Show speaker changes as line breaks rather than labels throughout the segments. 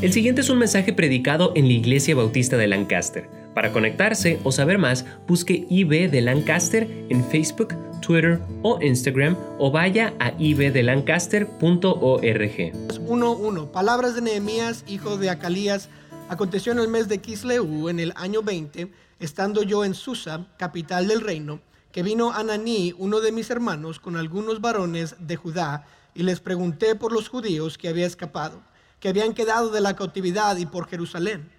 El siguiente es un mensaje predicado en la Iglesia Bautista de Lancaster. Para conectarse o saber más, busque IB de Lancaster en Facebook, Twitter o Instagram o vaya a ibdelancaster.org.
1.1. Palabras de Nehemías, hijo de Acalías. Aconteció en el mes de Kisleu, en el año 20, estando yo en Susa, capital del reino, que vino Ananí, uno de mis hermanos, con algunos varones de Judá, y les pregunté por los judíos que había escapado, que habían quedado de la cautividad y por Jerusalén.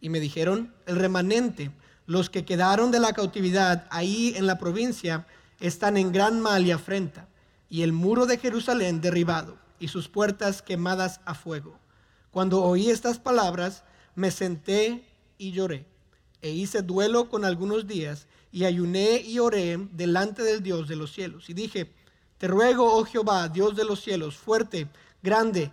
Y me dijeron, el remanente, los que quedaron de la cautividad ahí en la provincia, están en gran mal y afrenta, y el muro de Jerusalén derribado, y sus puertas quemadas a fuego. Cuando oí estas palabras, me senté y lloré, e hice duelo con algunos días, y ayuné y oré delante del Dios de los cielos. Y dije, te ruego, oh Jehová, Dios de los cielos, fuerte, grande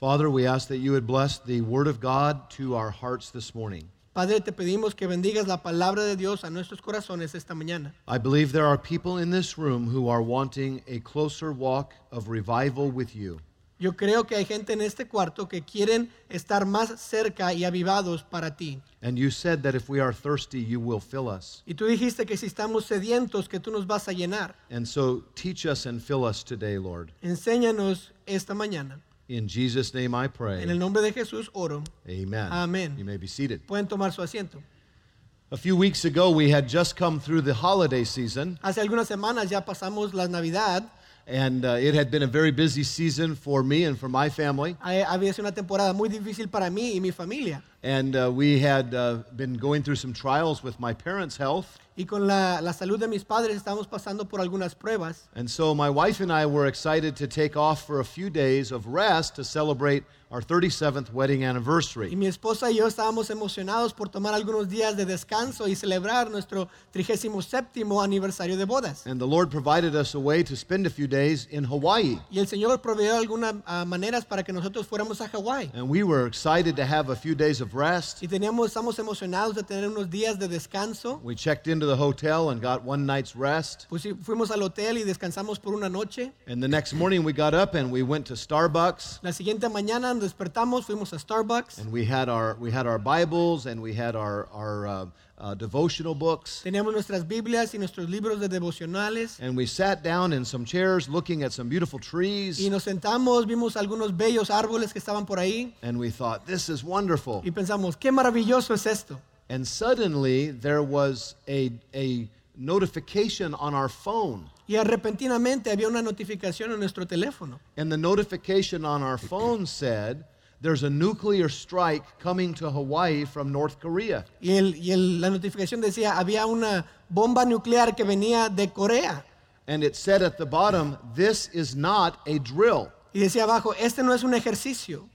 Father, we ask that you would bless the Word of God to our hearts this morning.
Padre, te pedimos que bendigas la palabra de Dios a nuestros corazones esta mañana.
I believe there are people in this room who are wanting a closer walk of revival with you.
Yo creo que hay gente en este cuarto que quieren estar más cerca y avivados para ti.
And you said that if we are thirsty, you will fill us.
Y tú dijiste que si estamos sedientos, que tú nos vas a llenar.
And so teach us and fill us today, Lord.
Enséñanos esta mañana.
In Jesus' name I pray.
En el nombre de Jesús oro.
Amen.
Amen.
You may be seated.
Pueden tomar su asiento.
A few weeks ago, we had just come through the holiday season,
Hace algunas semanas ya pasamos la Navidad.
and uh, it had been a very busy season for me and for my family.
Ha- Había sido una temporada muy difícil para mí y mi familia.
And uh, we had uh, been going through some trials with my parents' health.
Y con la, la salud de mis padres estábamos pasando por algunas pruebas.
And so my wife and I were excited to take off for a few days of rest to celebrate our 37th wedding
Y
anniversary.
mi esposa y yo estábamos emocionados por tomar algunos días de descanso y celebrar nuestro 37 aniversario de bodas.
And the Lord provided us a way to spend a few days in Hawaii.
Y el Señor proveyó algunas ah, maneras para que nosotros fuéramos a Hawái.
And we were excited to have a few days of rest.
Y teníamos, estamos emocionados de tener unos días de descanso.
We checked into the hotel and got one night's rest.
Pues sí, fuimos al hotel y descansamos por una noche.
And the next morning we got up and we went to Starbucks
La siguiente mañana nos despertamos, fuimos a Starbucks.
and we had our we had our Bibles and we had our our uh, uh, devotional books
Teníamos nuestras Biblias y nuestros libros de devocionales.
and we sat down in some chairs looking at some beautiful
Y
trees
nos sentamos, vimos algunos bellos árboles que estaban por ahí.
and we thought this is wonderful.
Y pensamos, qué maravilloso es esto.
And suddenly there was a a notification on our phone.
Y repentinamente había una notificación en nuestro teléfono.
And the notification on our phone said, there's a nuclear strike coming to Hawaii from North Korea.
Y, el, y el- la notificación decía, había una bomba nuclear que venía de Corea.
And it said at the bottom, this is not a drill.
Y decía abajo, este no es un ejercicio.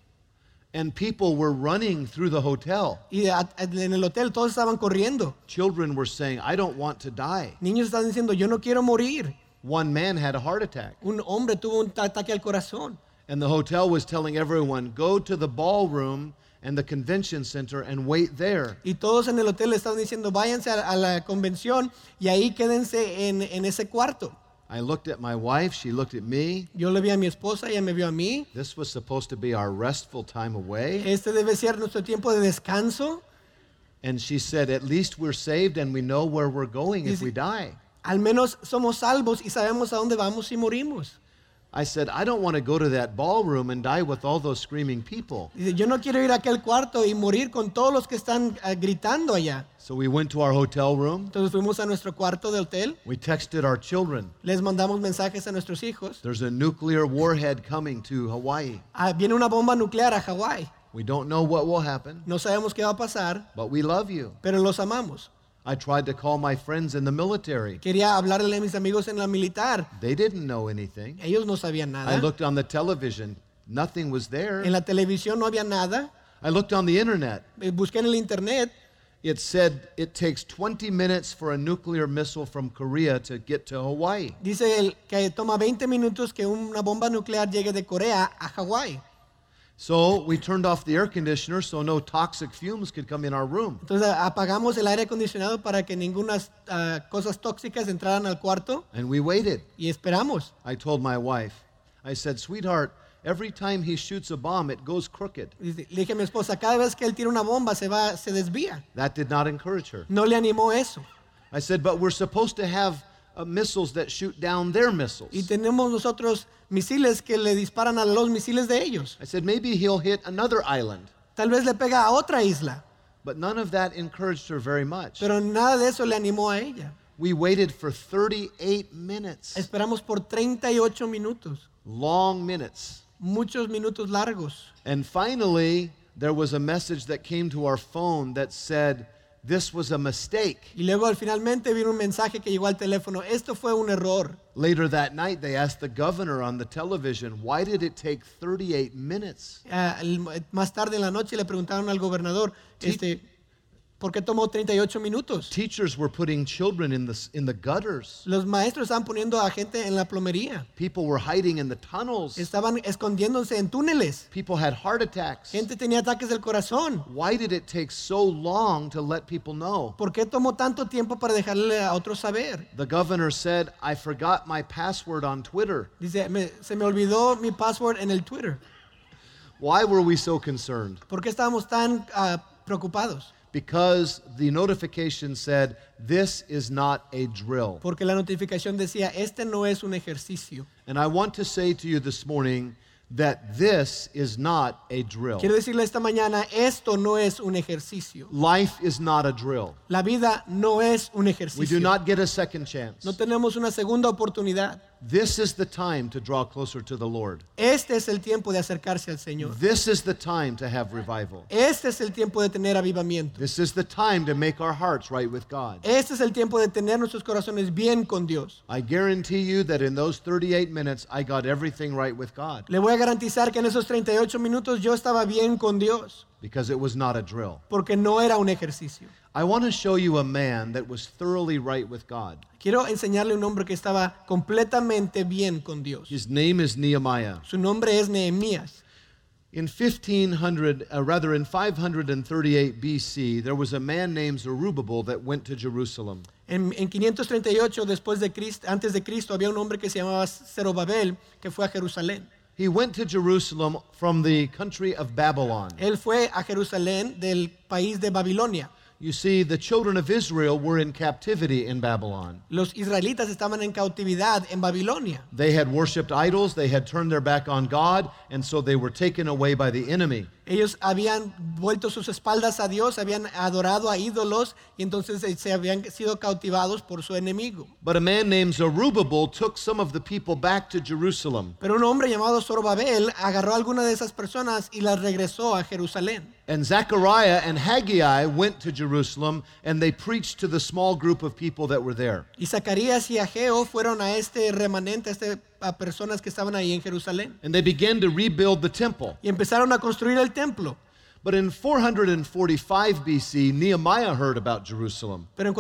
And people were running through the hotel.
Y a- en el hotel todos estaban corriendo.
Children were saying, I don't want to die.
Niños estaban diciendo, yo no quiero morir.
One man had a heart attack.
Un hombre tuvo un ataque al corazón.
And the hotel was telling everyone, go to the ballroom and the convention center and wait there.
Y todos en el hotel le estaban diciendo, váyanse a, a la convención y ahí quédense en, en ese cuarto.
I looked at my wife, she looked at me.
Yo le vi a mi esposa, ella me vio a mí.
This was supposed to be our restful time away.
Este debe ser nuestro tiempo de descanso.
And she said, At least we're saved and we know where we're going if
Dice-
we die.
Al menos somos salvos y sabemos a dónde vamos si morimos.
I said, I don't want to go to that ballroom and die with all those screaming people.
Dice, yo no quiero ir a aquel cuarto y morir con todos los que están ah, gritando allá.
So we went to our hotel room.
Entonces fuimos a nuestro cuarto de hotel,
We texted our children.
les mandamos mensajes a nuestros hijos.
There's a nuclear warhead coming to Hawaii.
Ah, viene una bomba nuclear a Hawái.
We don't know what will happen,
No sabemos qué va a pasar,
but we love you.
pero los amamos.
I tried to call my friends in the military.
Quería hablarle a mis amigos en la militar.
They didn't know anything.
Ellos no sabían nada.
I looked on the television. Nothing was there.
En la televisión no había nada.
I looked on the internet.
Eh, Busqué en el internet
it said it takes 20 minutes for a nuclear missile from Korea to get to Hawaii.
Dice él que toma 20 minutos que una bomba nuclear llegue de Corea a Hawái.
So we turned off the air conditioner so no toxic fumes could come in our room.
Entonces a- apagamos el aire acondicionado para que ninguna ah, cosas tóxicas entraran al cuarto
And we waited.
y esperamos.
I told my wife, I said, sweetheart, every time he shoots a bomb, it goes crooked.
Dice- Le dije a mi esposa, cada vez que él tira una bomba se va, se desvía.
That did not encourage her.
No le animó eso.
I said, but we're supposed to have uh, missiles that shoot down their
Y
missiles.
tenemos nosotros misiles que le disparan a los misiles de ellos.
I said, maybe he'll hit another island.
Tal vez le pega a otra isla,
But none of that encouraged her very much.
pero nada de eso le animó a ella.
We waited for 38 minutes,
Esperamos por 38 minutos,
long minutes.
muchos minutos largos.
And finally, there was a message that came to our phone that said, This was a mistake.
Y luego al finalmente vino un mensaje que llegó al teléfono. Esto fue un error.
Later that night, they asked the governor on the television, Why did it take 38 minutes?
Ah, el- más tarde en la noche le preguntaron al gobernador,
Sí.
este, ¿por qué tomó 38 minutos?
Teachers were putting children in the, s- in the gutters,
Los maestros estaban poniendo a gente en la plomería.
people were hiding in the tunnels,
Estaban escondiéndose en túneles.
people had heart attacks.
Gente tenía ataques del corazón.
Why did it take so long to let people know?
¿Por qué tomó tanto tiempo para dejarle a otros saber?
The governor said, I forgot my password on Twitter.
Dice, "Me- se me olvidó mi password en el Twitter.
Why were we so concerned?
¿Por qué estábamos tan ah, preocupados?
Because the notification said, This is not a drill.
Porque la notificación decía, este no es un ejercicio.
And I want to say to you this morning that this is not a drill.
Quiero decirle esta mañana, esto no es un ejercicio.
Life is not a drill.
La vida no es un
We do
ejercicio.
not get a second chance.
No tenemos una segunda oportunidad.
This is the time to draw closer to the Lord.
Este es el tiempo de acercarse al Señor.
This is the time to have revival.
Este es el tiempo de tener avivamiento.
This is the time to make our hearts right with God.
Este es el tiempo de tener nuestros corazones bien con Dios.
I guarantee you that in those 38 minutes, I got everything right with God
Le voy a garantizar que en esos 38 minutos yo estaba bien con Dios,
because it was not a drill.
porque no era un ejercicio.
I want to show you a man that was thoroughly right with God.
Quiero enseñarle un hombre que estaba completamente bien con Dios.
His name is Nehemiah.
Su nombre es Nehemías.
In 1500, uh, rather in 538 BC, there was a man named Zerubbabel that went to Jerusalem.
En, en 538 después de Cristo, antes de Cristo había un hombre que se llamaba Zerobabel que fue a Jerusalén.
He went to Jerusalem from the country of Babylon.
Él fue a Jerusalén del país de Babilonia.
You see, the children of Israel were in captivity in Babylon.
Los israelitas estaban en cautividad en Babilonia.
They had worshiped idols, they had turned their back on God, and so they were taken away by the enemy.
Ellos habían vuelto sus espaldas a Dios, habían adorado a ídolos y entonces eh, se habían sido cautivados por su enemigo.
But a man named Zerubbabel took some of the people back to Jerusalem,
Pero un hombre llamado Zorobabel agarró a alguna de esas personas y las regresó a Jerusalén.
and Zechariah and Haggai went to Jerusalem, and they preached to the small group of people that were there.
Y Zacarías y Ageo fueron a este remanente, a, este- a personas que estaban ahí en Jerusalén.
and they began to rebuild the temple.
Y empezaron a construir el templo.
But in 445 BC, Nehemiah heard about Jerusalem,
Pero en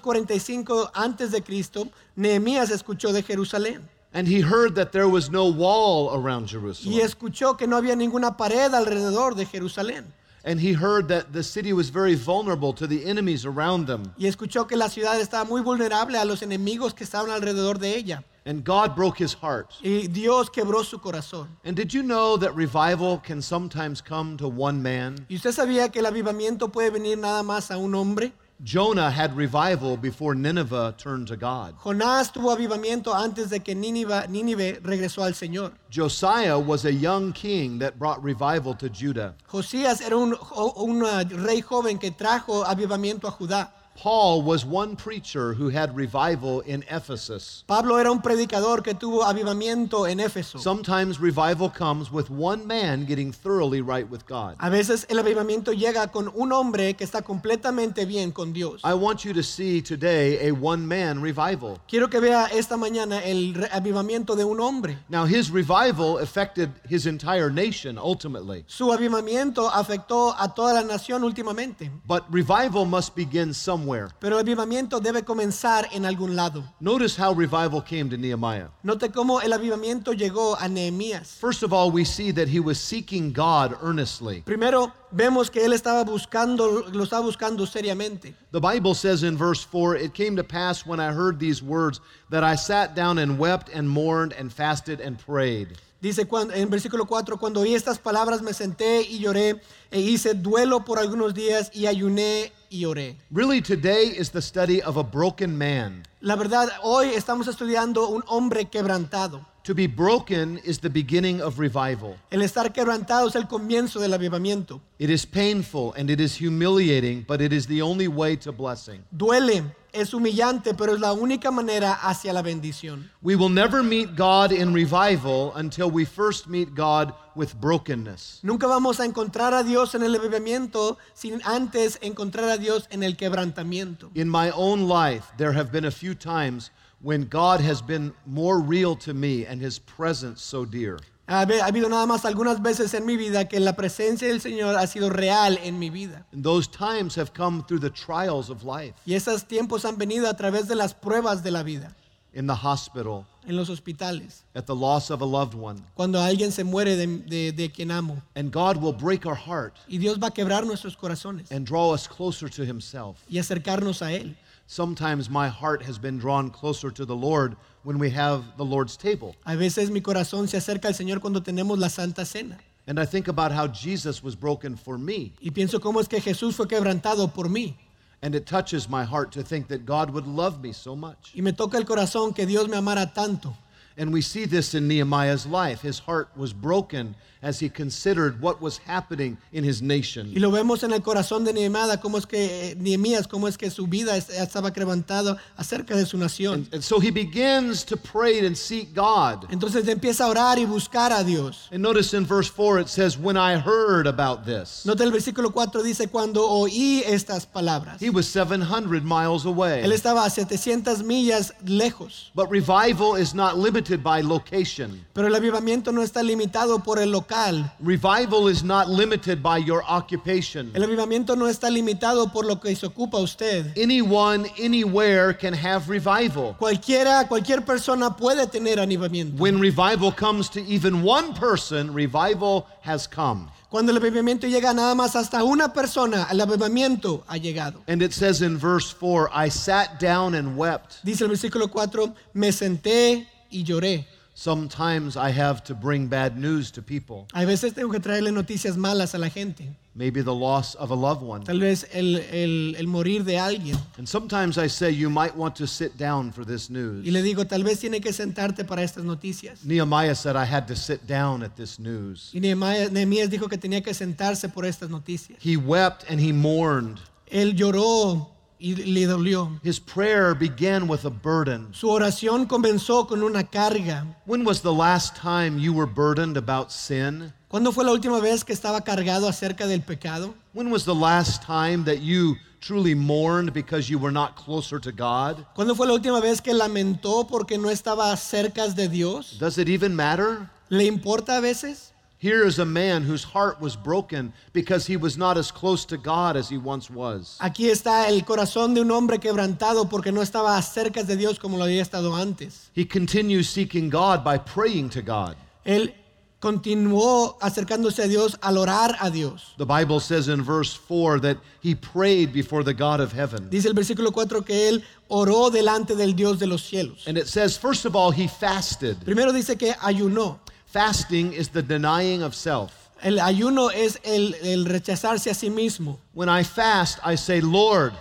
445 antes de Cristo, Nehemías escuchó de Jerusalén
and he heard that there was no wall around Jerusalem,
y escuchó que no había ninguna pared alrededor de Jerusalén
and he heard that the city was very vulnerable to the enemies around them,
y escuchó que la ciudad estaba muy vulnerable a los enemigos que estaban alrededor de ella
and God broke his heart.
y Dios quebró su corazón.
And did you know that revival can sometimes come to one man?
¿Y usted sabía que el avivamiento puede venir nada más a un hombre?
Jonah had revival before Nineveh turned to God.
Jonás tuvo avivamiento antes de que Nínive, Nínive regresó al Señor.
Josiah was a young king that brought revival to Judah.
ah, Josías era un, jo- un, uh, rey joven que trajo avivamiento a Judá.
Paul was one preacher who had revival in Ephesus.
Pablo era un predicador que tuvo avivamiento en Éfeso.
Sometimes revival comes with one man getting thoroughly right with God.
A veces el avivamiento llega con un hombre que está completamente bien con Dios.
I want you to see today a one man revival.
Quiero que vea esta mañana el re- avivamiento de un hombre.
Now, his revival affected his entire nation ultimately.
Su avivamiento afectó a toda la nación últimamente,
But revival must begin somewhere.
pero el avivamiento debe comenzar en algún lado.
Notice how revival came to Nehemiah.
Note cómo el avivamiento llegó a Nehemías.
First of all, we see that he was seeking God earnestly.
Primero vemos que él estaba buscando, lo estaba buscando seriamente.
The Bible says in verse 4 It came to pass when I heard these words that I sat down and wept and mourned and fasted and prayed.
Dice cuan- en versículo 4, cuando oí estas palabras me senté y lloré e hice duelo por algunos días y ayuné y oré.
Really, today is the study of a broken man.
La verdad, hoy estamos estudiando un hombre quebrantado.
To be broken is the beginning of revival.
El estar quebrantado es el comienzo del avivamiento.
It is painful and it is humiliating, but it is the only way to blessing.
Duele, es humillante, pero es la única manera hacia la bendición.
We will never meet God in revival until we first meet God with brokenness.
Nunca vamos a encontrar a Dios en el avivamiento sin antes encontrar a Dios en el quebrantamiento.
In my own life, there have been a few times when God has been more real to me and his presence so dear.
Ha ha habido nada más algunas veces en mi vida que la presencia del Señor ha sido real en mi vida.
And those times have come through the trials of life
Y esos tiempos han venido a través de las pruebas de la vida,
in the hospital,
en los hospitales,
at the loss of a loved one.
cuando alguien se muere de, de- de quien amo.
And God will break our heart
Y Dios va a quebrar nuestros corazones
and draw us closer to himself.
y acercarnos a Él.
Sometimes my heart has been drawn closer to the Lord when we have the Lord's table.
A veces mi corazón se acerca al Señor cuando tenemos la Santa Cena.
And I think about how Jesus was broken for me.
Y pienso cómo es que Jesús fue quebrantado por mí.
And it touches my heart to think that God would love me so much.
Y me toca el corazón que Dios me amara tanto.
And we see this in Nehemiah's life. His heart was broken as he considered what was happening in his
Y
nation.
lo vemos en el corazón de Nehemada, cómo es que eh, Nehemías, cómo es que su vida es- estaba quebrantada acerca de su nación.
And so he begins to pray and seek God.
Entonces empieza a orar y buscar a Dios.
And notice in verse 4 it says, When I heard about this,
Nota el versículo 4 dice cuando oí estas palabras.
he was 700 miles
Él
away.
estaba a 700 millas lejos,
But revival is not limited by location.
pero el avivamiento no está limitado por el local.
Revival is not limited by your occupation.
El avivamiento no está limitado por lo que se ocupa usted.
Anyone, anywhere can have revival.
Cualquiera, cualquier persona puede tener avivamiento.
When revival comes to even one person, revival has come.
Cuando el avivamiento llega nada más hasta una persona, el avivamiento ha llegado.
And it says in verse 4 I sat down and wept.
Dice el versículo 4, me senté y lloré.
Sometimes I have to bring bad news to people,
A veces tengo que traerle noticias malas a la gente.
maybe the loss of a loved one.
Tal vez el, el- el morir de alguien.
And sometimes I say, You might want to sit down for this
Y
news.
le digo, tal vez tiene que sentarte para estas noticias.
Nehemiah said, I had to sit down at this news.
Y Nehemia- Nehemías dijo que tenía que sentarse por estas noticias.
He wept and he mourned.
Él lloró y le dolió.
His prayer began with a burden.
Su oración comenzó con una carga.
When was the last time you were burdened about sin?
¿Cuándo fue la última vez que estaba cargado acerca del pecado?
When was the last time that you truly mourned because you were not closer to God?
¿Cuándo fue la última vez que lamentó porque no estaba cerca de Dios?
Does it even matter?
¿Le importa a veces?
Here is a man whose heart was broken because he was not as close to God as he once was.
Aquí está el corazón de un hombre quebrantado porque no estaba cerca de Dios como lo había estado antes.
He continues seeking God by praying to God.
Él continuó acercándose a Dios al orar a Dios.
The Bible says in verse 4 that he prayed before the God of heaven.
Dice el versículo 4 que él oró delante del Dios de los cielos.
And it says, first of all, he fasted.
Primero dice que ayunó.
Fasting is the denying of self.
El ayuno es el, el rechazarse a sí mismo.
When I fast, I say, Lord,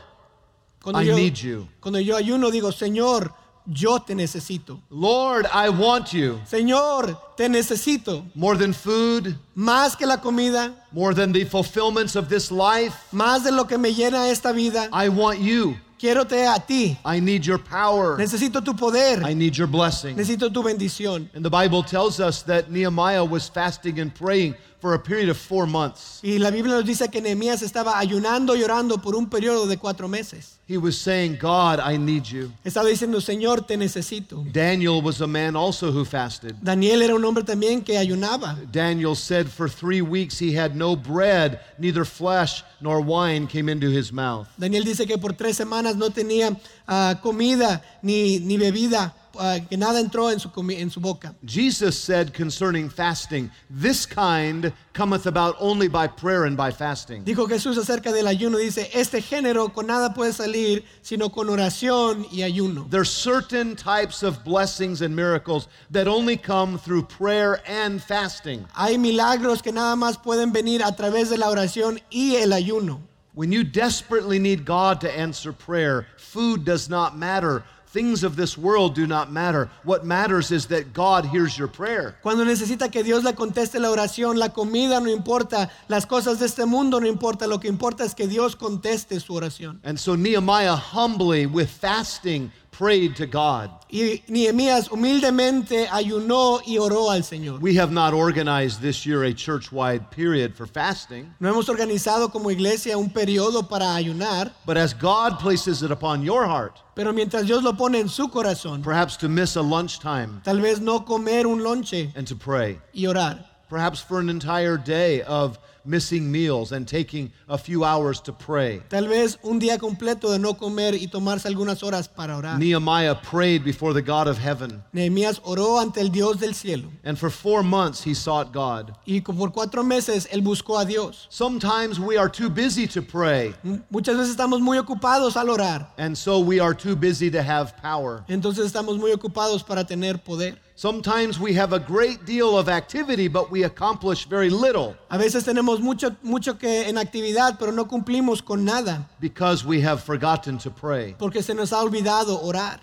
Cuando
I
yo,
need you.
cuando yo ayuno digo, Señor, yo te necesito.
Lord, I want you
Señor, te necesito.
more than food,
Más que la comida,
more than the fulfillments of this life.
más de lo que me llena esta vida.
I want you.
Quiérote a ti.
I need your power.
Necesito tu poder.
I need your blessing.
Necesito tu bendición.
And the Bible tells us that Nehemiah was fasting and praying for a period of four months.
Y la Biblia nos dice que Nehemías estaba ayunando y orando por un periodo de cuatro meses.
He was saying, God, I need you.
Estaba diciendo, Señor, te necesito.
Daniel was a man also who fasted.
Daniel era un hombre también que ayunaba.
Daniel said for three weeks he had no bread, neither flesh nor wine came into his mouth.
Daniel dice que por tres semanas no tenía ah, comida ni, ni bebida, ah, que nada entró en su, comi- en su boca.
Jesus said concerning fasting, This kind cometh about only by prayer and by fasting.
Dijo Jesús acerca del ayuno, dice, este género con nada puede salir sino con oración y ayuno.
There's certain types of blessings and miracles that only come through prayer and fasting.
Hay milagros que nada más pueden venir a través de la oración y el ayuno.
When you desperately need God to answer prayer, food does not matter. Things of this world do not matter. What matters is that God hears your prayer.
Cuando necesita que Dios le conteste la oración, la comida no importa, las cosas de este mundo no importa, lo que importa es que Dios conteste su oración.
And so Nehemiah humbly, with fasting, prayed to God.
Y Nehemías humildemente ayunó y oró al Señor.
We have not organized this year a church wide period for fasting,
No hemos organizado como iglesia un periodo para ayunar,
but as God places it upon your heart,
pero mientras Dios lo pone en su corazón,
perhaps to miss a lunchtime
tal vez no comer un lonche
and to pray,
y orar,
perhaps for an entire day of missing meals and taking a few hours to pray.
tal vez un día completo de no comer y tomarse algunas horas para orar.
Nehemiah prayed before the God of heaven,
Nehemías oró ante el Dios del cielo
and for four months he sought God.
y co- por cuatro meses él buscó a Dios.
Sometimes we are too busy to pray,
M- Muchas veces estamos muy ocupados al orar,
and so we are too busy to have power.
entonces estamos muy ocupados para tener poder.
Sometimes we have a great deal of activity, but we accomplish very little
A veces tenemos mucho, mucho que en actividad, pero no cumplimos con nada
because we have forgotten to pray.
porque se nos ha olvidado orar.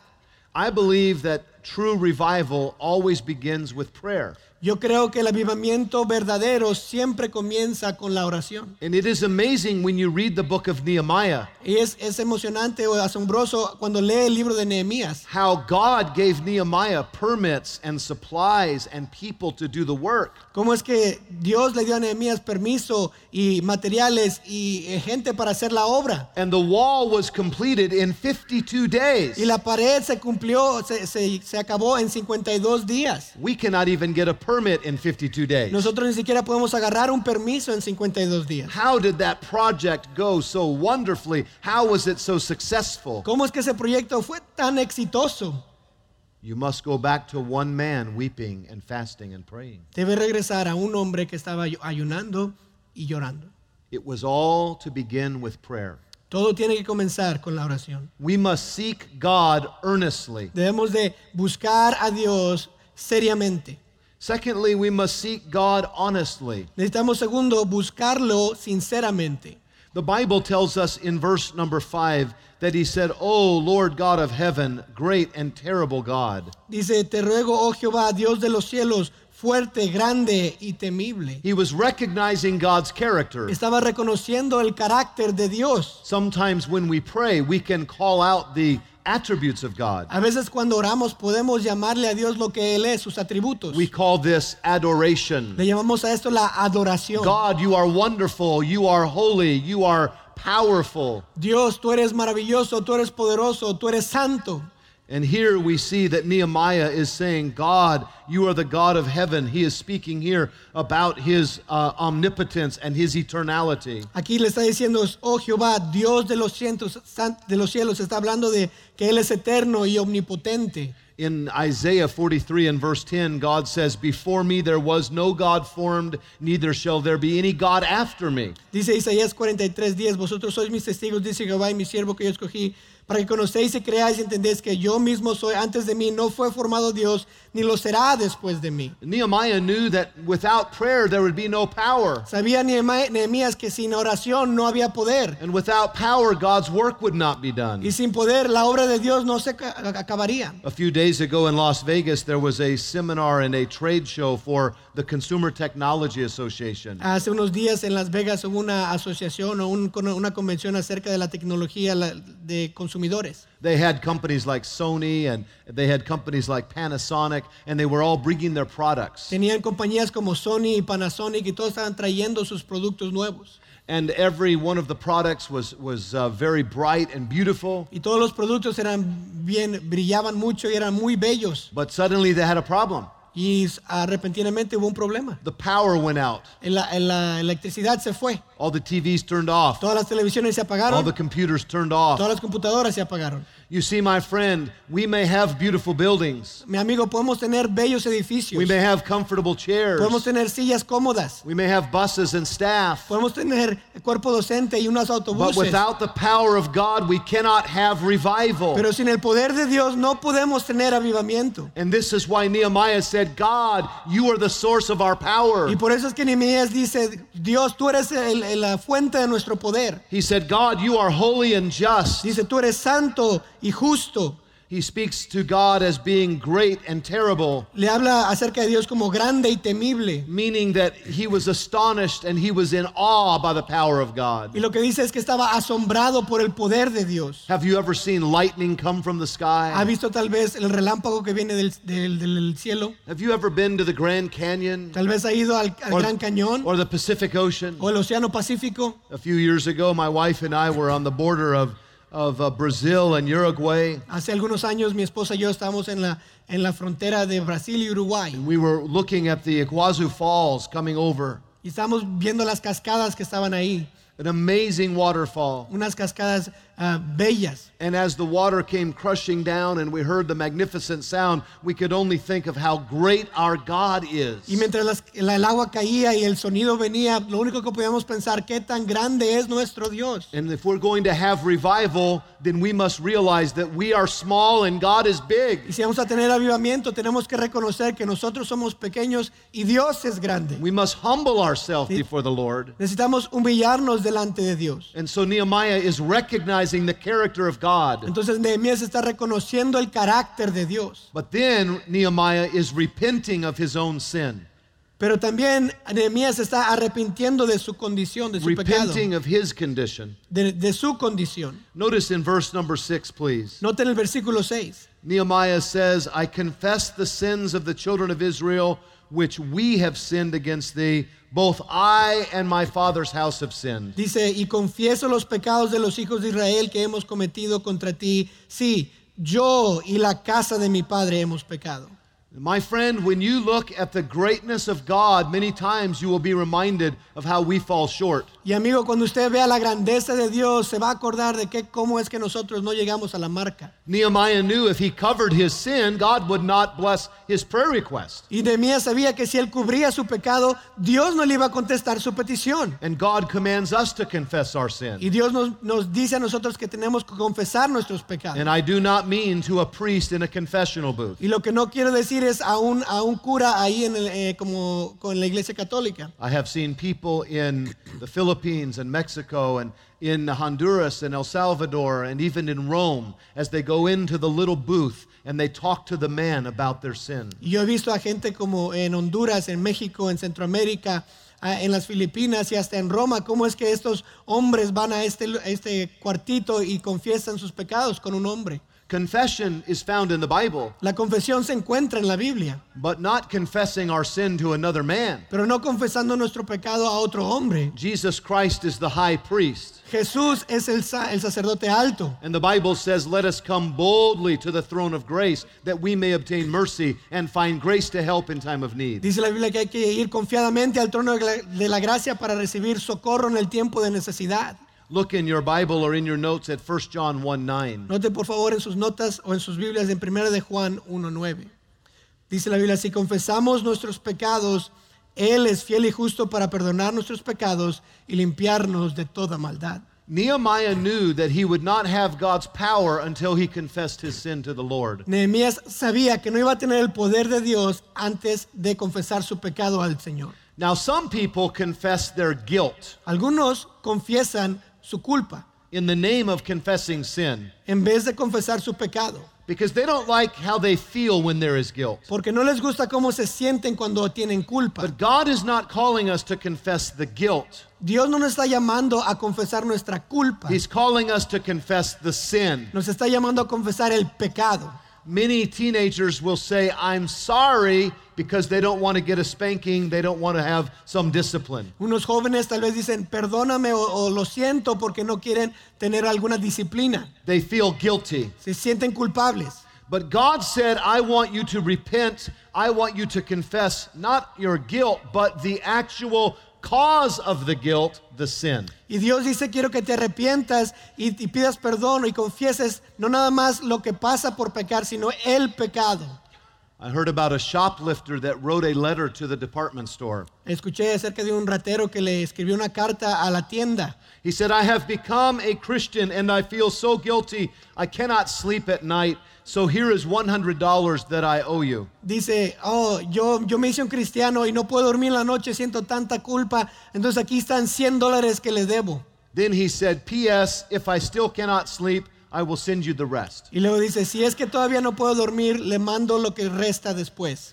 I believe that true revival always begins with prayer.
Yo creo que el avivamiento verdadero siempre comienza con la oración.
And it is amazing when you read the book of Nehemiah
Y es, es emocionante o asombroso cuando lee el libro de Nehemías,
how God gave Nehemiah permits and supplies and people to do the work.
cómo es que Dios le dio a Nehemías permiso y materiales y eh, gente para hacer la obra.
And the wall was completed in 52
Y
days.
la pared se cumplió, se, se- se acabó en 52 días.
We cannot even get a permit in 52 days.
Nosotros ni siquiera podemos agarrar un permiso en 52 días.
How did that project go so wonderfully? How was it so successful?
¿Cómo es que ese proyecto fue tan exitoso?
You must go back to one man weeping and fasting and praying.
Debe regresar a un hombre que estaba ayu- ayunando y llorando.
It was all to begin with prayer.
Todo tiene que comenzar con la oración.
We must seek God earnestly.
Debemos de buscar a Dios seriamente.
Secondly, we must seek God honestly.
Necesitamos segundo buscarlo sinceramente.
The Bible tells us in verse number 5 that he said, "O Lord God of heaven, great and terrible God."
Dice, te ruego, oh Jehová, Dios de los cielos, fuerte, grande y temible.
He was recognizing God's character.
Estaba reconociendo el carácter de Dios.
Sometimes when we pray, we can call out the attributes of God.
A veces cuando oramos podemos llamarle a Dios lo que Él es, sus atributos.
We call this adoration.
Le llamamos a esto la adoración.
God, you are wonderful, you are holy, you are powerful.
Dios, tú eres maravilloso, tú eres poderoso, tú eres santo.
And here we see that Nehemiah is saying, God, you are the God of heaven. He is speaking here about his uh, omnipotence and his eternality.
Aquí le está diciendo, oh Jehová, Dios de los cielos, san- de los cielos, está hablando de que Él es eterno y omnipotente.
In Isaiah 43 and verse 10, God says, Before me there was no God formed, neither shall there be any God after me.
Dice Isaías 43, 10, vosotros sois mis testigos, dice Jehová y mi siervo que yo escogí, para que conocéis y creáis y entendéis que yo mismo soy, antes de mí no fue formado Dios, ni lo será después de mí.
Nehemiah knew that without prayer there would be no power.
Sabía Nehema- Nehemías que sin oración no había poder,
And without power, God's work would not be done.
y sin poder la obra de Dios no se ca- acabaría.
A few days ago in Las Vegas, there was a seminar and a trade show for the Consumer Technology Association.
Hace unos días en Las Vegas hubo una asociación o un- una convención acerca de la tecnología la- de consumidores.
They had companies like Sony and they had companies like Panasonic, and they were all bringing their products.
Tenían compañías como Sony y Panasonic y todos estaban trayendo sus productos nuevos.
And every one of the products was, was uh, very bright and beautiful,
Y todos los productos eran bien, brillaban mucho y eran muy bellos.
but suddenly they had a problem.
Y ah, repentinamente hubo un problema.
The power went out,
La, la electricidad se fue.
all the TVs turned off,
Todas las televisiones se
all
apagaron.
the computers turned off.
Todas las computadoras se apagaron.
You see, my friend, we may have beautiful buildings,
Mi amigo, podemos tener bellos edificios.
we may have comfortable chairs,
Podemos tener sillas cómodas.
we may have buses and staff,
Podemos tener cuerpo docente y unos
but
autobuses.
without the power of God, we cannot have revival.
Pero sin el poder de Dios no podemos tener avivamiento.
And this is why Nehemiah said, God, you are the source of our power.
Y por eso es que Nehemías dice, Dios, tú eres el- el- la fuente de nuestro poder.
He said, God, you are holy and just.
Dice, tú eres santo y justo.
He speaks to God as being great and terrible,
Le habla acerca de Dios como grande y temible.
meaning that he was astonished and he was in awe by the power of God.
Y lo que dice es que estaba asombrado por el poder de Dios.
Have you ever seen lightning come from the
¿Ha
sky?
visto tal vez el relámpago que viene del, del- del cielo?
Have you ever been to the Grand Canyon
Tal vez ha ido al, al
or,
Gran Cañón
or the Pacific Ocean?
o el Océano Pacífico.
A few years ago, my wife and I were on the border of, of uh, Brazil and Uruguay.
Hace algunos años mi esposa y yo estábamos en la, en la frontera de Brasil y Uruguay
We were looking at the Iguazu Falls coming over.
y estábamos viendo las cascadas que estaban ahí,
an amazing waterfall.
unas cascadas ah, bellas.
And as the water came crushing down and we heard the magnificent sound, we could only think of how great our God
Y
is.
mientras las- la- el agua caía y el sonido venía, lo único que podíamos pensar, qué tan grande es nuestro Dios.
And if we're going to have revival, then we must realize that we are small and God is
Y
big.
si vamos a tener avivamiento, tenemos que reconocer que nosotros somos pequeños y Dios es grande.
We must humble ourselves before the Lord.
Necesitamos humillarnos delante de Dios.
And so Nehemiah is recognizing the character of God.
Entonces Nehemías está reconociendo el carácter de Dios.
But then Nehemiah is repenting of his own sin,
Pero también Nehemías está arrepintiendo de su condición, de su pecado,
repenting of his condition.
de, de su condición.
Notice in verse number six, please.
Noten el versículo 6.
Nehemiah says, I confess the sins of the children of Israel which we have sinned against thee. Both I and my father's house have sinned.
Dice, y confieso los pecados de los hijos de Israel que hemos cometido contra ti. Sí, yo y la casa de mi padre hemos pecado.
My friend, when you look at the greatness of God, many times you will be reminded of how we fall short.
Y amigo, cuando usted vea la grandeza de Dios, se va a acordar de que cómo es que nosotros no llegamos a la marca.
Nehemiah knew if he covered his sin, God would not bless his prayer request.
Y Nehemías sabía que si él cubría su pecado, Dios no le iba a contestar su petición.
And God commands us to confess our sin.
Y Dios nos, nos dice a nosotros que tenemos que confesar nuestros pecados.
And I do not mean to a priest in a confessional booth.
Y lo que no quiero decir es a un, a un cura ahí en el, eh, como con la iglesia católica.
I have seen people in the Philippines and Mexico and in Honduras and El Salvador and even in Rome as they go into the little booth and they talk to the man about their sin.
Y yo he visto a gente como en Honduras, en México, en Centroamérica, ah, en las Filipinas y hasta en Roma. ¿Cómo es que estos hombres van a este, lu- este cuartito y confiesan sus pecados con un hombre?
Confession is found in the Bible,
La confesión se encuentra en la Biblia,
but not confessing our sin to another man.
pero no confesando nuestro pecado a otro hombre.
Jesus Christ is the high priest.
Jesús es el, sa- el sacerdote alto.
And the Bible says, Let us come boldly to the throne of grace that we may obtain mercy and find grace to help in time of need.
Dice la Biblia que hay que ir confiadamente al trono de la, de la gracia para recibir socorro en el tiempo de necesidad.
Look in your Bible or in your notes at 1 John 1 9.
Note por favor en sus notas o en sus Biblias en 1 de Juan 1.9. Dice la Biblia, si confesamos nuestros pecados, Él es fiel y justo para perdonar nuestros pecados y limpiarnos de toda maldad.
Nehemiah knew that he would not have God's power until he confessed his sin to the Lord.
Nehemías sabía que no iba a tener el poder de Dios antes de confesar su pecado al Señor.
Now, some people confess their guilt
Algunos confiesan su culpa
in the name of confessing sin.
en vez de confesar su pecado.
because they don't like how they feel when there is guilt.
porque no les gusta cómo se sienten cuando tienen culpa.
But God is not calling us to confess the guilt.
Dios no nos está llamando a confesar nuestra culpa,
He's calling us to confess the sin.
nos está llamando a confesar el pecado.
Many teenagers will say, I'm sorry, because they don't want to get a spanking, they don't want to have some discipline.
Unos jóvenes tal vez dicen, perdóname o, o lo siento porque no quieren tener alguna disciplina.
They feel guilty.
Se sienten culpables.
But God said, I want you to repent. I want you to confess not your guilt, but the actual cause of the guilt, the sin.
Y Dios dice, quiero que te arrepientas y, y pidas perdón y confieses no nada más lo que pasa por pecar, sino el pecado.
I heard about a shoplifter that wrote a letter to the department store.
Escuché acerca de un ratero que le escribió una carta a la tienda.
He said, I have become a Christian and I feel so guilty. I cannot sleep at night. So here is $100 that I owe you.
Dice, oh, yo, yo me hice un cristiano y no puedo dormir en la noche, siento tanta culpa, entonces aquí están 100 dólares que le debo.
Then he said, P.S., if I still cannot sleep, I will send you the rest.
Y luego dice, si es que todavía no puedo dormir, le mando lo que resta después.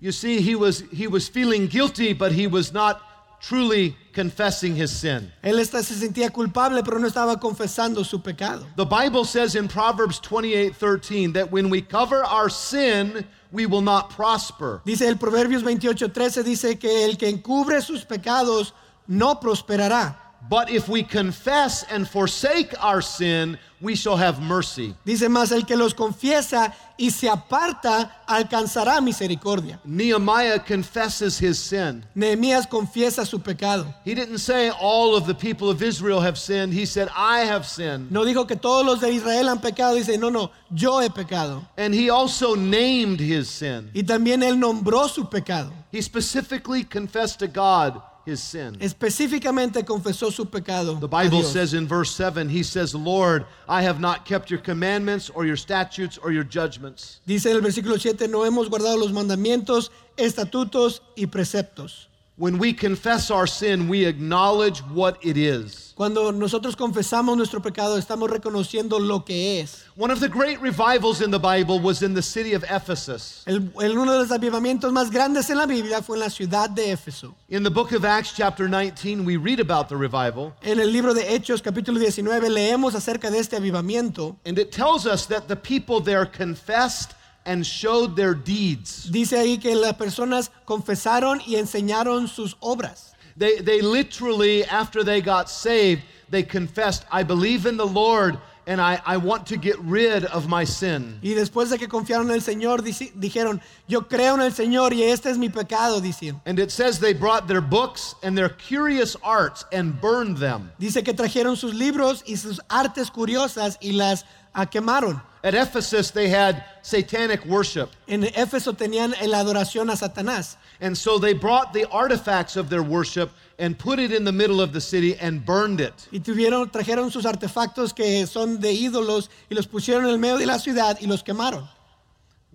You see, he was, he was feeling guilty, but he was not truly confessing his sin.
Él está, se sentía culpable, pero no estaba confesando su pecado.
The Bible says in Proverbs 28 13 that when we cover our sin, we will not prosper.
Dice el Proverbios 28:13 dice que el que encubre sus pecados no prosperará.
But if we confess and forsake our sin, we shall have mercy.
Dice más el que los confiesa y se aparta alcanzará misericordia.
Nehemiah confesses his sin.
Nehemías confiesa su pecado.
He didn't say all of the people of Israel have sinned. He said, I have sinned.
No dijo que todos los de Israel han pecado, dice, no, no, yo he pecado.
And he also named his sin.
Y también él nombró su pecado.
He specifically confessed to God his sin.
Específicamente confesó su pecado.
The
a
Bible
Dios.
says in verse 7, he says, Lord, I have not kept your commandments or your statutes or your judgments.
Dice en el versículo 7, no hemos guardado los mandamientos, estatutos y preceptos.
When we confess our sin, we acknowledge what it is.
Cuando nosotros confesamos nuestro pecado, estamos reconociendo lo que es.
One of the great revivals in the Bible was in the city of Ephesus.
El, el- uno de los avivamientos más grandes en la Biblia fue en la ciudad de Éfeso.
In the book of Acts, chapter 19, we read about the revival,
En el libro de Hechos, capítulo 19, leemos acerca de este avivamiento.
and it tells us that the people there confessed and showed their deeds.
Dice ahí que las personas confesaron y enseñaron sus obras.
They, they literally, after they got saved, they confessed, I believe in the Lord, and I, I want to get rid of my sin.
Y después de que confiaron en el Señor, dici- dijeron, yo creo en el Señor y este es mi pecado, dicen.
And it says they brought their books and their curious arts and burned them.
Dice que trajeron sus libros y sus artes curiosas y las ah, quemaron.
At Ephesus, they had satanic worship.
En Éfeso tenían la adoración a Satanás.
And so they brought the artifacts of their worship and put it in the middle of the city and burned it.
Y tuvieron, trajeron sus artefactos que son de ídolos y los pusieron en el medio de la ciudad y los quemaron.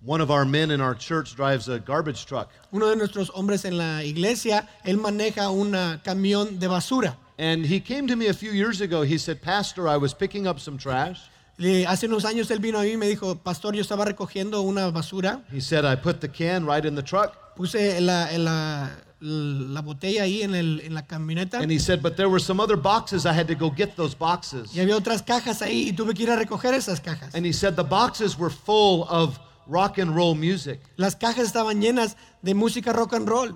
One of our men in our church drives a garbage truck.
Uno de nuestros hombres en la iglesia, él maneja un ah, camión de basura.
And he came to me a few years ago. He said, Pastor, I was picking up some trash.
Le- hace unos años él vino a mí y me dijo, pastor, yo estaba recogiendo una basura,
He said, I put the can right in the truck.
puse la, la- la botella ahí en, el- en la camioneta
And he said, But there were some other boxes. I had to go get those boxes.
y había otras cajas ahí y tuve que ir a recoger esas cajas.
And he said, The boxes were full of rock and roll music.
Las cajas estaban llenas de música rock and roll,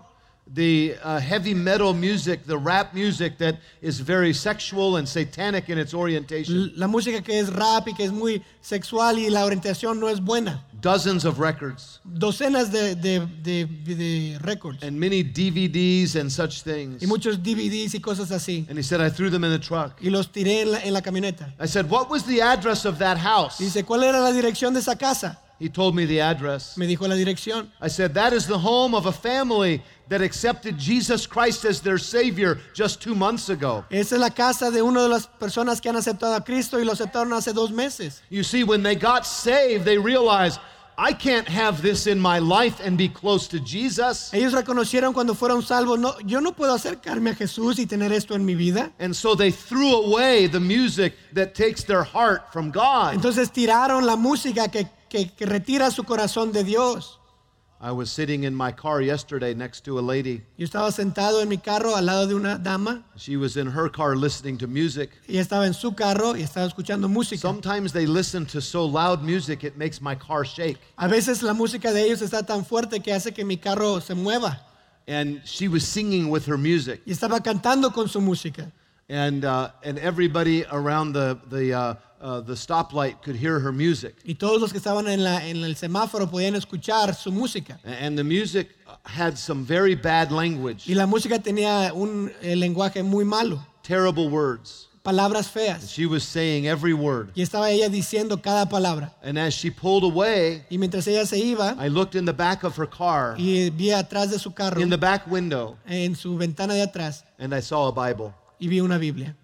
The uh, heavy metal music, the rap music that is very sexual and satanic in its orientation.
L- la música que es rap y que es muy sexual y la orientación no es buena.
Dozens of records
Docenas de, de, de, de récords
and many DVDs and such things.
y muchos DVDs y cosas así.
And he said, I threw them in the truck.
Y los tiré en la, en la camioneta.
I said, What was the address of that house?
Dice, ¿cuál era la dirección de esa casa?
He told me the address.
Me dijo la dirección.
I said, That is the home of a family that accepted Jesus Christ as their Savior just two months ago.
Esa es la casa de una de las personas que han aceptado a Cristo y lo aceptaron hace dos meses.
You see, when they got saved, they realized, I can't have this in my life and be close to Jesus.
Ellos reconocieron cuando fueron salvos, no, yo no puedo acercarme a Jesús y tener esto en mi vida.
And so they threw away the music that takes their heart from God.
Entonces tiraron la música que, que- que retira su corazón de Dios.
I was sitting in my car yesterday next to a lady.
Yo estaba sentado en mi carro al lado de una dama,
She was in her car listening to music.
ella estaba en su carro y estaba escuchando música.
Sometimes they listen to so loud music it makes my car shake.
A veces la música de ellos está tan fuerte que hace que mi carro se mueva.
And she was singing with her music.
Y estaba cantando con su música.
And, uh, and everybody around the, the, uh, uh, the stoplight could hear her music.
Y todos los que estaban en, la- en el semáforo podían escuchar su música.
And the music had some very bad language,
Y la música tenía un eh, lenguaje muy malo,
terrible words.
palabras feas.
She was saying every word.
Y estaba ella diciendo cada palabra.
And as she pulled away,
Y mientras ella se iba
I looked in the back of her car,
y vi atrás de su carro,
in the back window,
en su ventana de atrás,
and I saw a Bible.
y vi una Biblia.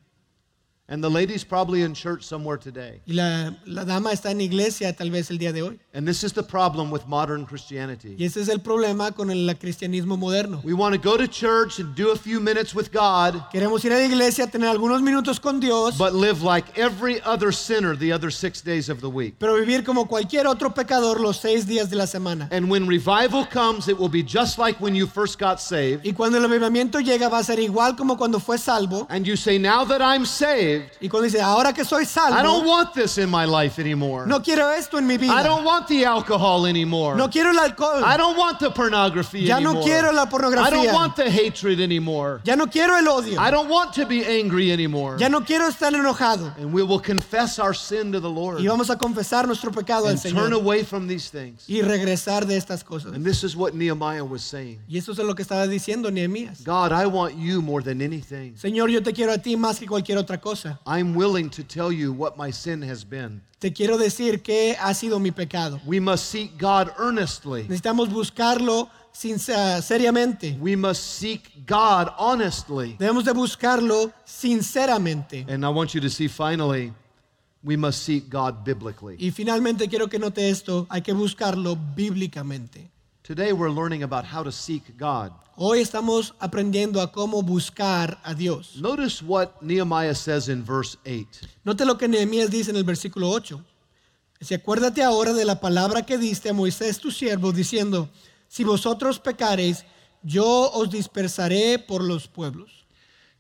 And the lady's probably in church somewhere today.
Y la, la dama está en iglesia tal vez el día de hoy.
And this is the problem with modern
Y
Christianity.
ese es el problema con el cristianismo moderno.
We want to go to church and do a few minutes with God,
Queremos ir a la iglesia, tener algunos minutos con Dios,
but live like every other sinner the other six days of the week.
pero vivir como cualquier otro pecador los seis días de la semana.
And when revival comes, it will be just like when you first got saved.
Y cuando el avivamiento llega va a ser igual como cuando fue salvo.
And you say, Now that I'm saved,
Y cuando dice, ahora que soy
I don't
salvo,
want this in my life anymore.
no quiero esto en mi
I
vida.
don't want the alcohol anymore.
No quiero el alcohol.
I don't want the pornography
Ya no
anymore.
quiero la
I don't
pornografía.
want the hatred anymore.
Ya no quiero el odio.
I don't want to be angry anymore.
Ya no quiero estar enojado.
And we will confess our sin to the Lord
Y vamos a confesar nuestro pecado al
and turn
Señor
away from these things.
y regresar de estas cosas.
And this is what Nehemiah was saying.
Y eso es lo que estaba diciendo Nehemías.
God, I want you more than anything.
Señor, yo te quiero a ti más que cualquier otra cosa.
I'm willing to tell you what my sin has been.
Te quiero decir que ha sido mi pecado.
We must seek God earnestly.
Necesitamos buscarlo sin- eh, seriamente.
We must seek God honestly.
Debemos de buscarlo sinceramente.
And I want you to see finally, we must seek God biblically.
Y finalmente quiero que note esto, hay que buscarlo bíblicamente.
Today we're learning about how to seek God.
Hoy estamos aprendiendo a cómo buscar a Dios.
Notice what Nehemiah says in verse 8.
Note lo que Nehemías dice en el versículo 8. Dice, acuérdate ahora de la palabra que diste a Moisés tu siervo, diciendo, si vosotros pecareis, yo os dispersaré por los pueblos.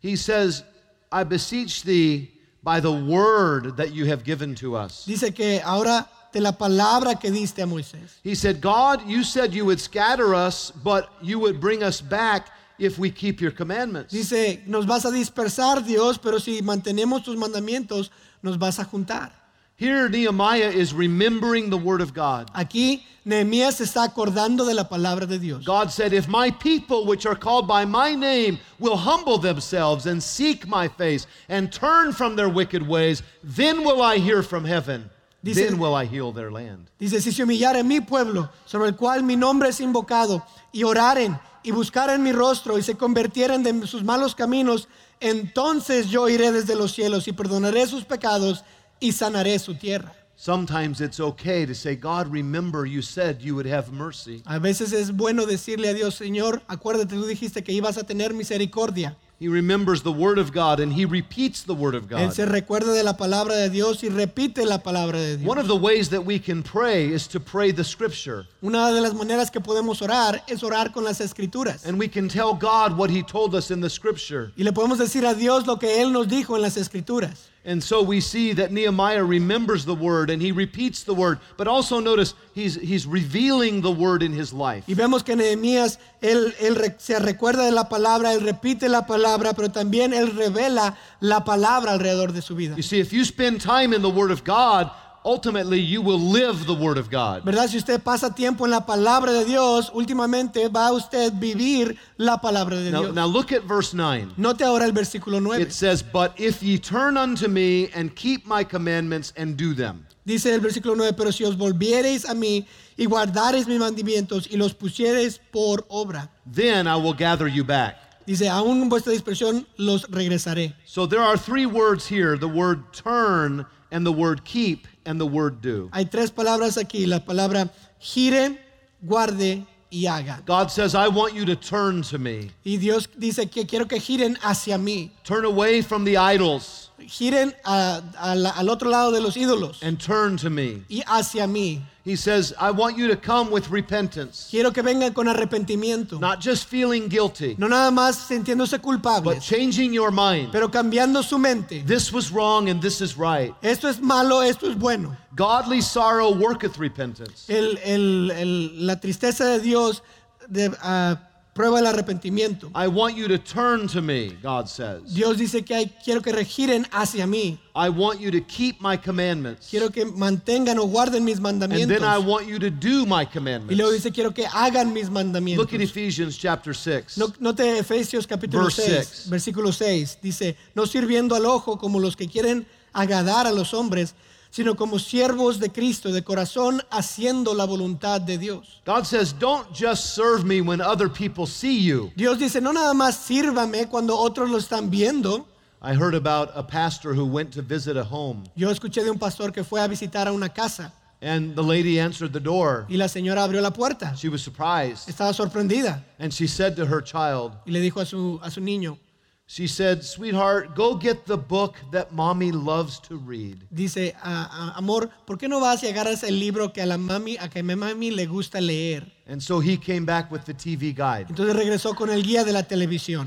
He says, I beseech thee by the word that you have given to us.
Dice que ahora de la palabra que diste a Moisés.
He said, God, you said you would scatter us, but you would bring us back if we keep your commandments.
Dice, nos vas a dispersar, Dios, pero si mantenemos tus mandamientos, nos vas a juntar.
Here, Nehemiah is remembering the word of God.
Aquí Nehemías se está acordando de la palabra de Dios.
God said, If my people, which are called by my name, will humble themselves and seek my face and turn from their wicked ways, then will I hear from heaven.
Dice-
Then will I heal their land.
Dice, si se humillare mi pueblo, sobre el cual mi nombre es invocado, y oraren y buscaren mi rostro y se convirtieren de sus malos caminos, entonces yo iré desde los cielos y perdonaré sus pecados y sanaré su tierra.
Sometimes it's okay to say, God, remember you said you would have mercy.
A veces es bueno decirle a Dios, Señor, acuérdate, tú dijiste que ibas a tener misericordia.
He remembers the word of God and he repeats the word of
Él
God.
se recuerda de la palabra de Dios y repite la palabra de Dios.
One of the ways that we can pray is to pray the scripture.
Una de las maneras que podemos orar es orar con las escrituras.
And we can tell God what he told us in the scripture.
Y le podemos decir a Dios lo que Él nos dijo en las escrituras.
And so we see that Nehemiah remembers the word and he repeats the word. But also notice he's, he's revealing the word in his life.
Y vemos que Nehemías, él, él re- se recuerda de la palabra, él repite la palabra, pero también él revela la palabra alrededor de su vida.
You see, if you spend time in the word of God, ultimately you will live the word of God.
¿Verdad? Si usted pasa tiempo en la palabra de Dios, últimamente va a usted vivir la palabra de
Now,
Dios.
now look at verse 9.
Note ahora el versículo 9.
It says, But if ye turn unto me and keep my commandments and do them.
Dice el versículo 9, pero si os volviereis a mí y guardareis mis mandamientos y los pusiereis por obra,
then I will gather you back.
dice, aún en vuestra dispersión los regresaré.
So there are three words here the word turn, and the word keep, and the word do.
Hay tres palabras aquí, la palabra gire, guarde y haga.
God says, I want you to turn to me.
Y Dios dice que quiero que giren hacia mí,
Turn away from the idols
giren a- a la- al otro lado de los ídolos
and turn to me.
y hacia mí.
He says, I want you to come with repentance,
Quiero que vengan con arrepentimiento,
not just feeling guilty,
no nada más sintiéndose
but
culpables,
changing your mind.
pero cambiando su mente.
This was wrong and this is right.
Esto es malo, esto es bueno.
Godly sorrow worketh repentance.
El- el- el- la tristeza de Dios de- ah, prueba el arrepentimiento.
I want you to turn to me, God says.
Dios dice que hay, quiero que regiren hacia mí.
I want you to keep my commandments.
Quiero que mantengan o guarden mis
And then I
mandamientos.
want you to do my
Y luego
commandments.
dice, quiero que hagan mis mandamientos.
Look at Ephesians chapter 6.
No- Note Efesios capítulo
Verse
6,
six.
versículo 6. Dice, no sirviendo al ojo como los que quieren agradar a los hombres, sino como siervos de Cristo, de corazón, haciendo la voluntad de Dios.
God says, Don't just serve me when other people see you.
Dios dice, no nada más sírvame cuando otros lo están viendo.
I heard about a pastor who went to visit a home,
Yo escuché de un pastor que fue a visitar a una casa
and the lady answered the door.
y la señora abrió la puerta.
She was surprised,
Estaba sorprendida
and she said to her child,
y le dijo a su, a su niño,
She said, Sweetheart, go get the book that mommy loves to read.
dice, "A- a- amor, ¿por qué no vas y agarras el libro que a la mami, a que mi mami le gusta leer?
And so he came back with the TV guide.
Entonces regresó con el guía de la televisión.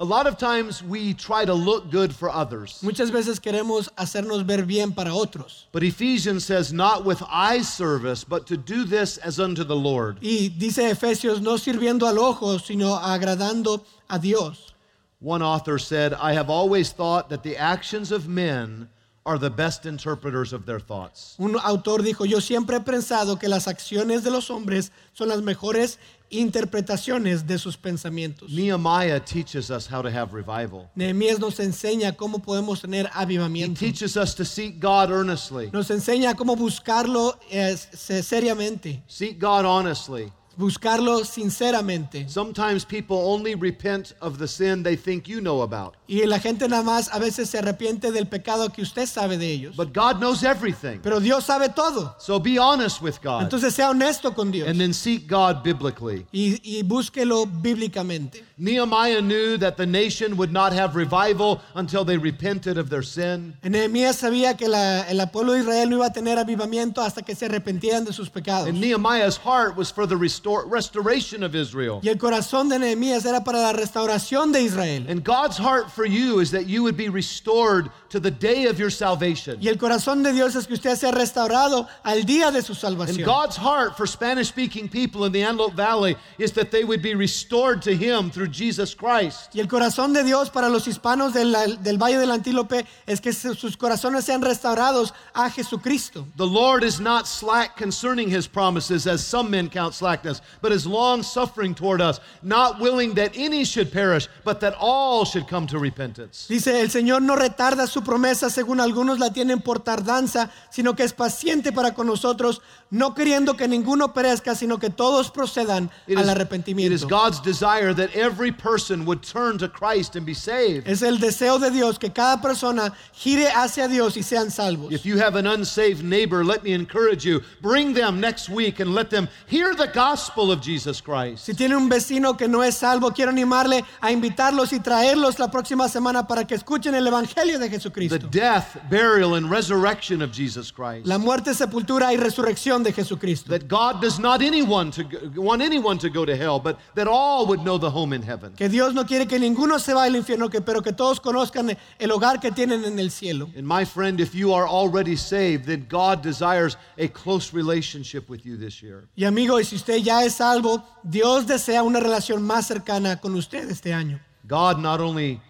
A lot of times we try to look good for others,
Muchas veces queremos hacernos ver bien para otros.
but Ephesians says, Not with eye service, but to do this as unto the Lord.
Y dice Efesios, no sirviendo al ojo, sino agradando a Dios.
One author said, I have always thought that the actions of men are the best interpreters of their thoughts.
Un autor dijo, yo siempre he pensado que las acciones de los hombres son las mejores interpretaciones de sus pensamientos.
Nehemiah teaches us how to have revival.
Nehemías nos enseña cómo podemos tener
He
avivamiento.
teaches us to seek God earnestly,
Nos enseña cómo buscarlo eh, se- seriamente,
seek God honestly.
buscarlo sinceramente.
Sometimes people only repent of the sin they think you know about,
Y la gente nada más a veces se arrepiente del pecado que usted sabe de ellos.
but God knows everything.
Pero Dios sabe todo.
So be honest with God
Entonces sea honesto con Dios
and then seek God biblically.
y, y búsquelo bíblicamente.
Nehemiah knew that the nation would not have revival until they repented of their sin.
Nehemías sabía que la- el pueblo de Israel no iba a tener avivamiento hasta que se arrepentieran de sus pecados.
And Nehemiah's heart was for the restore, restoration of Israel.
Y el corazón de Nehemías era para la restauración de Israel.
And God's heart for you is that you would be restored to the day of your salvation.
Y el corazón de Dios es que usted sea restaurado al día de su
And
salvación.
God's heart for Spanish speaking people in the Antelope Valley is that they would be restored to Him through Jesus Christ.
Y el corazón de Dios para los hispanos de la- del Valle del Antílope es que su- sus corazones sean restaurados a Jesucristo.
The Lord is not slack concerning His promises, as some men count slackness, but is long suffering toward us, not willing that any should perish, but that all should come to repentance.
Dice, el Señor no retarda su promesa según algunos la tienen por tardanza, sino que es paciente para con nosotros, no queriendo que ninguno perezca, sino que todos procedan al
It is- it is
arrepentimiento.
God's desire that every person would turn to Christ and be saved.
Es el deseo de Dios que cada persona gire hacia Dios y sean salvos.
If you have an unsaved neighbor, let me encourage you. Bring them next week and let them hear the gospel of Jesus Christ.
Si tiene un vecino que no es salvo, quiero animarle a invitarlos y traerlos la próxima semana para que escuchen el Evangelio de
The
Jesucristo.
death, burial, and resurrection of Jesus Christ.
La muerte, sepultura y resurrección de Jesucristo.
That God does not anyone to go, want anyone to go to hell, but that all would know the home in heaven.
Que Dios no quiere que ninguno se vaya al infierno, que, pero que todos conozcan el hogar que tienen en el cielo.
And my friend, if you are already saved, then God desires a close relationship with you this year.
Y amigo, y si usted ya es salvo, Dios desea una relación más cercana con usted este año.
God not only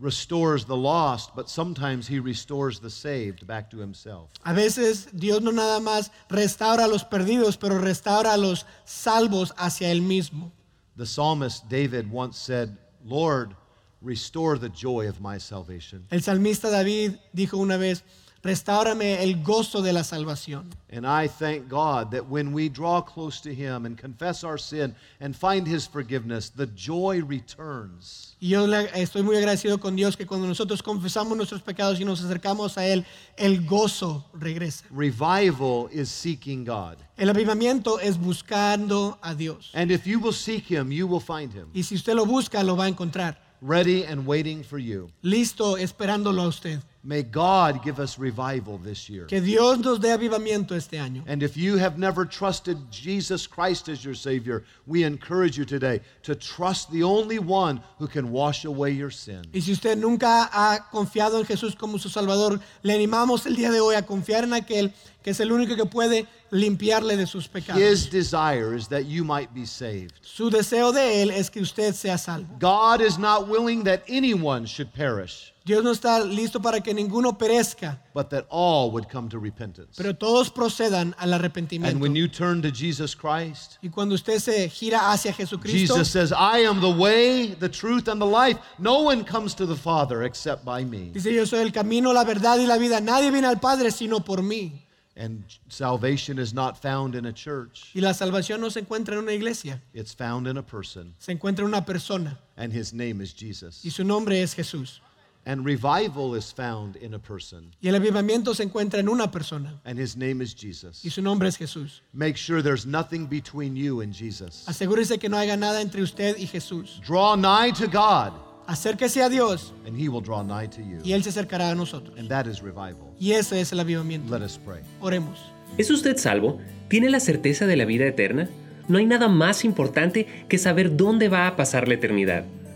restores the lost, but sometimes he restores the saved back to himself.
A veces Dios no nada más restaura a los perdidos, pero restaura a los salvos hacia Él mismo.
The psalmist David once said, Lord, restore the joy of my salvation.
El salmista David dijo una vez, restáurame el gozo de la salvación.
And I thank God that when we draw close to Him and confess our sin and find His forgiveness, the joy returns.
Y yo le- estoy muy agradecido con Dios que cuando nosotros confesamos nuestros pecados y nos acercamos a Él, el gozo regresa.
Revival is seeking God.
El avivamiento es buscando a Dios.
And if you will seek Him, you will find Him,
Y si usted lo busca, lo va a encontrar.
ready and waiting for you.
Listo, esperándolo a usted.
May God give us revival this year.
Que Dios nos dé avivamiento este año.
And if you have never trusted Jesus Christ as your Savior, we encourage you today to trust the only one who can wash away your sin.
Y si usted nunca ha confiado en Jesús como su Salvador, le animamos el día de hoy a confiar en aquel que es el único que puede limpiarle de sus pecados.
His desire is that you might be saved.
Su deseo de Él es que usted sea salvo.
God is not willing that anyone should perish,
Dios no está listo para que ninguno perezca,
but that all would come to repentance.
pero todos procedan al
And when
arrepentimiento.
you turn to Jesus Christ,
Y cuando usted se gira hacia Jesucristo,
Jesus says, I am the way, the truth, and the life. No one comes to the Father except by me.
dice yo soy el camino, la verdad y la vida. Nadie viene al Padre sino por mí.
And salvation is not found in a church,
Y la salvación no se encuentra en una iglesia,
it's found in a person,
se encuentra en una persona
and his name is Jesus.
y su nombre es Jesús.
And revival is found in a person,
Y el avivamiento se encuentra en una persona
and his name is Jesus.
y su nombre es Jesús.
Make sure there's nothing between you and Jesus.
Asegúrese que no haya nada entre usted y Jesús.
Draw nigh to God,
Acérquese a Dios
and he will draw nigh to
y
you.
Él se acercará a nosotros.
And that is revival.
Y ese es el avivamiento.
Let us pray.
Oremos.
¿Es usted salvo? ¿Tiene la certeza de la vida eterna? No hay nada más importante que saber dónde va a pasar la eternidad.